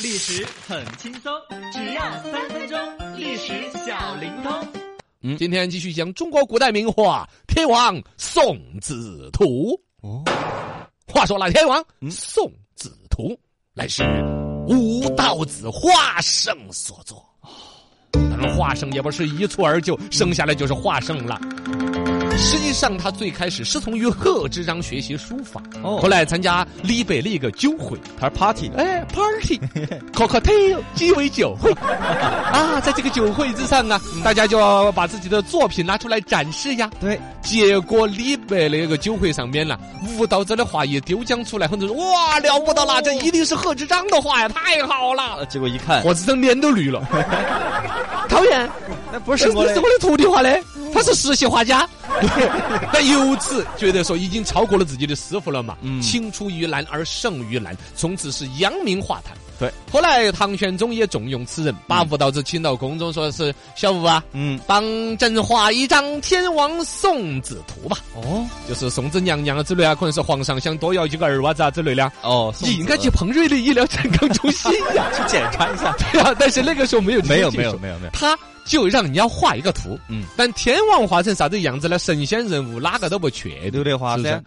历史很轻松，只要三分钟，历史小灵通。嗯，今天继续讲中国古代名画《天王宋子图》。哦，话说了，天王嗯宋子图乃是吴道子华生所作。当然，华生也不是一蹴而就，生下来就是华生了。实际上，他最开始是从与贺知章学习书法，哦后来参加李白的一个酒会，他是 party 哎，party，c o c k t a i l 鸡尾酒 会啊，在这个酒会之上啊，大家就要把自己的作品拿出来展示呀。对，结果李白那个酒会上面啊啦，舞蹈者的画一丢将出来，很多人说哇了不得啦，这一定是贺知章的画呀，太好了。呃结果一看，贺知章脸都绿了， 导演，那不这是是我 的，我的徒弟画的，嗯他是实习画家。 那由此觉得说已经超过了自己的师傅了嘛，嗯青出于蓝而胜于蓝，从此是扬名画坛。对，后来唐玄宗也重用此人，把吴道子请到宫中，说是小吴啊，嗯，帮朕画一张《天王送子图》吧，哦就是送子娘娘啊之类啊，可能是皇上想多要几个儿娃子啊之类的啊。哦，你应该去彭瑞的医疗健康中 心呀、去检查一下，对啊，但是那个时候没有这 些没 有技没有术没有没有，他就让人家画一个图，嗯嗯，但天王画成啥子样子呢？神仙人物哪个都不确定刘，德华是不是噻，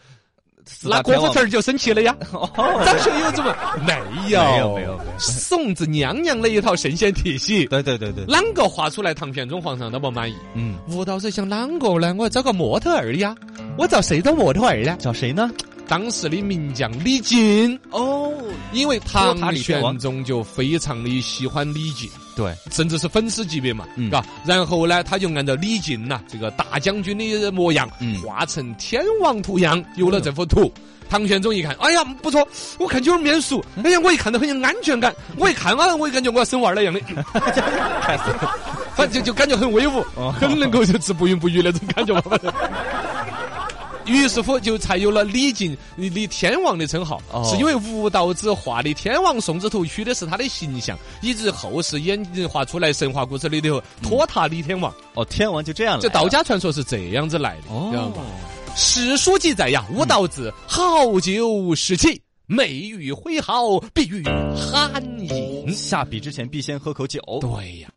四那大郭天富王城就生气了呀。 哦，张学友怎么没有？没有没有没有宋子娘娘那一套神仙体系，哎对对对对，啷个画出来唐玄宗皇上都不满意？嗯，吴道子想啷个呢？我要找个模特儿呀，我找谁当模特儿呢？找谁呢？当时的名将李靖，哦，因为托塔唐李天王玄宗就非常的喜欢李靖。对，甚至是粉丝级别嘛，嗯嘎、然后呢，他就按照李靖呐、这个大将军的模样，嗯画成天王图样，有了这幅图。唐玄宗一看，哎呀，不错，我看就有点面熟，嗯哎呀，我一看都很有安全感，我一看啊，我也感觉我要生娃儿了一样的，反正就就感觉很威武哦，很能够就是不孕不育那种感觉嘛。于是乎，就才有了李靖李天王的称号，哦是因为吴道子画的《天王送子图》取的是他的形象，以致后世演化出来神话故事里嗯头托塔李天王，哦，天王就这样了，这道家传说是这样子来的，知道吧？哦，史书记载呀，吴道子好酒食气，美于挥毫，必欲酣饮。嗯下笔之前必先喝口酒，对呀，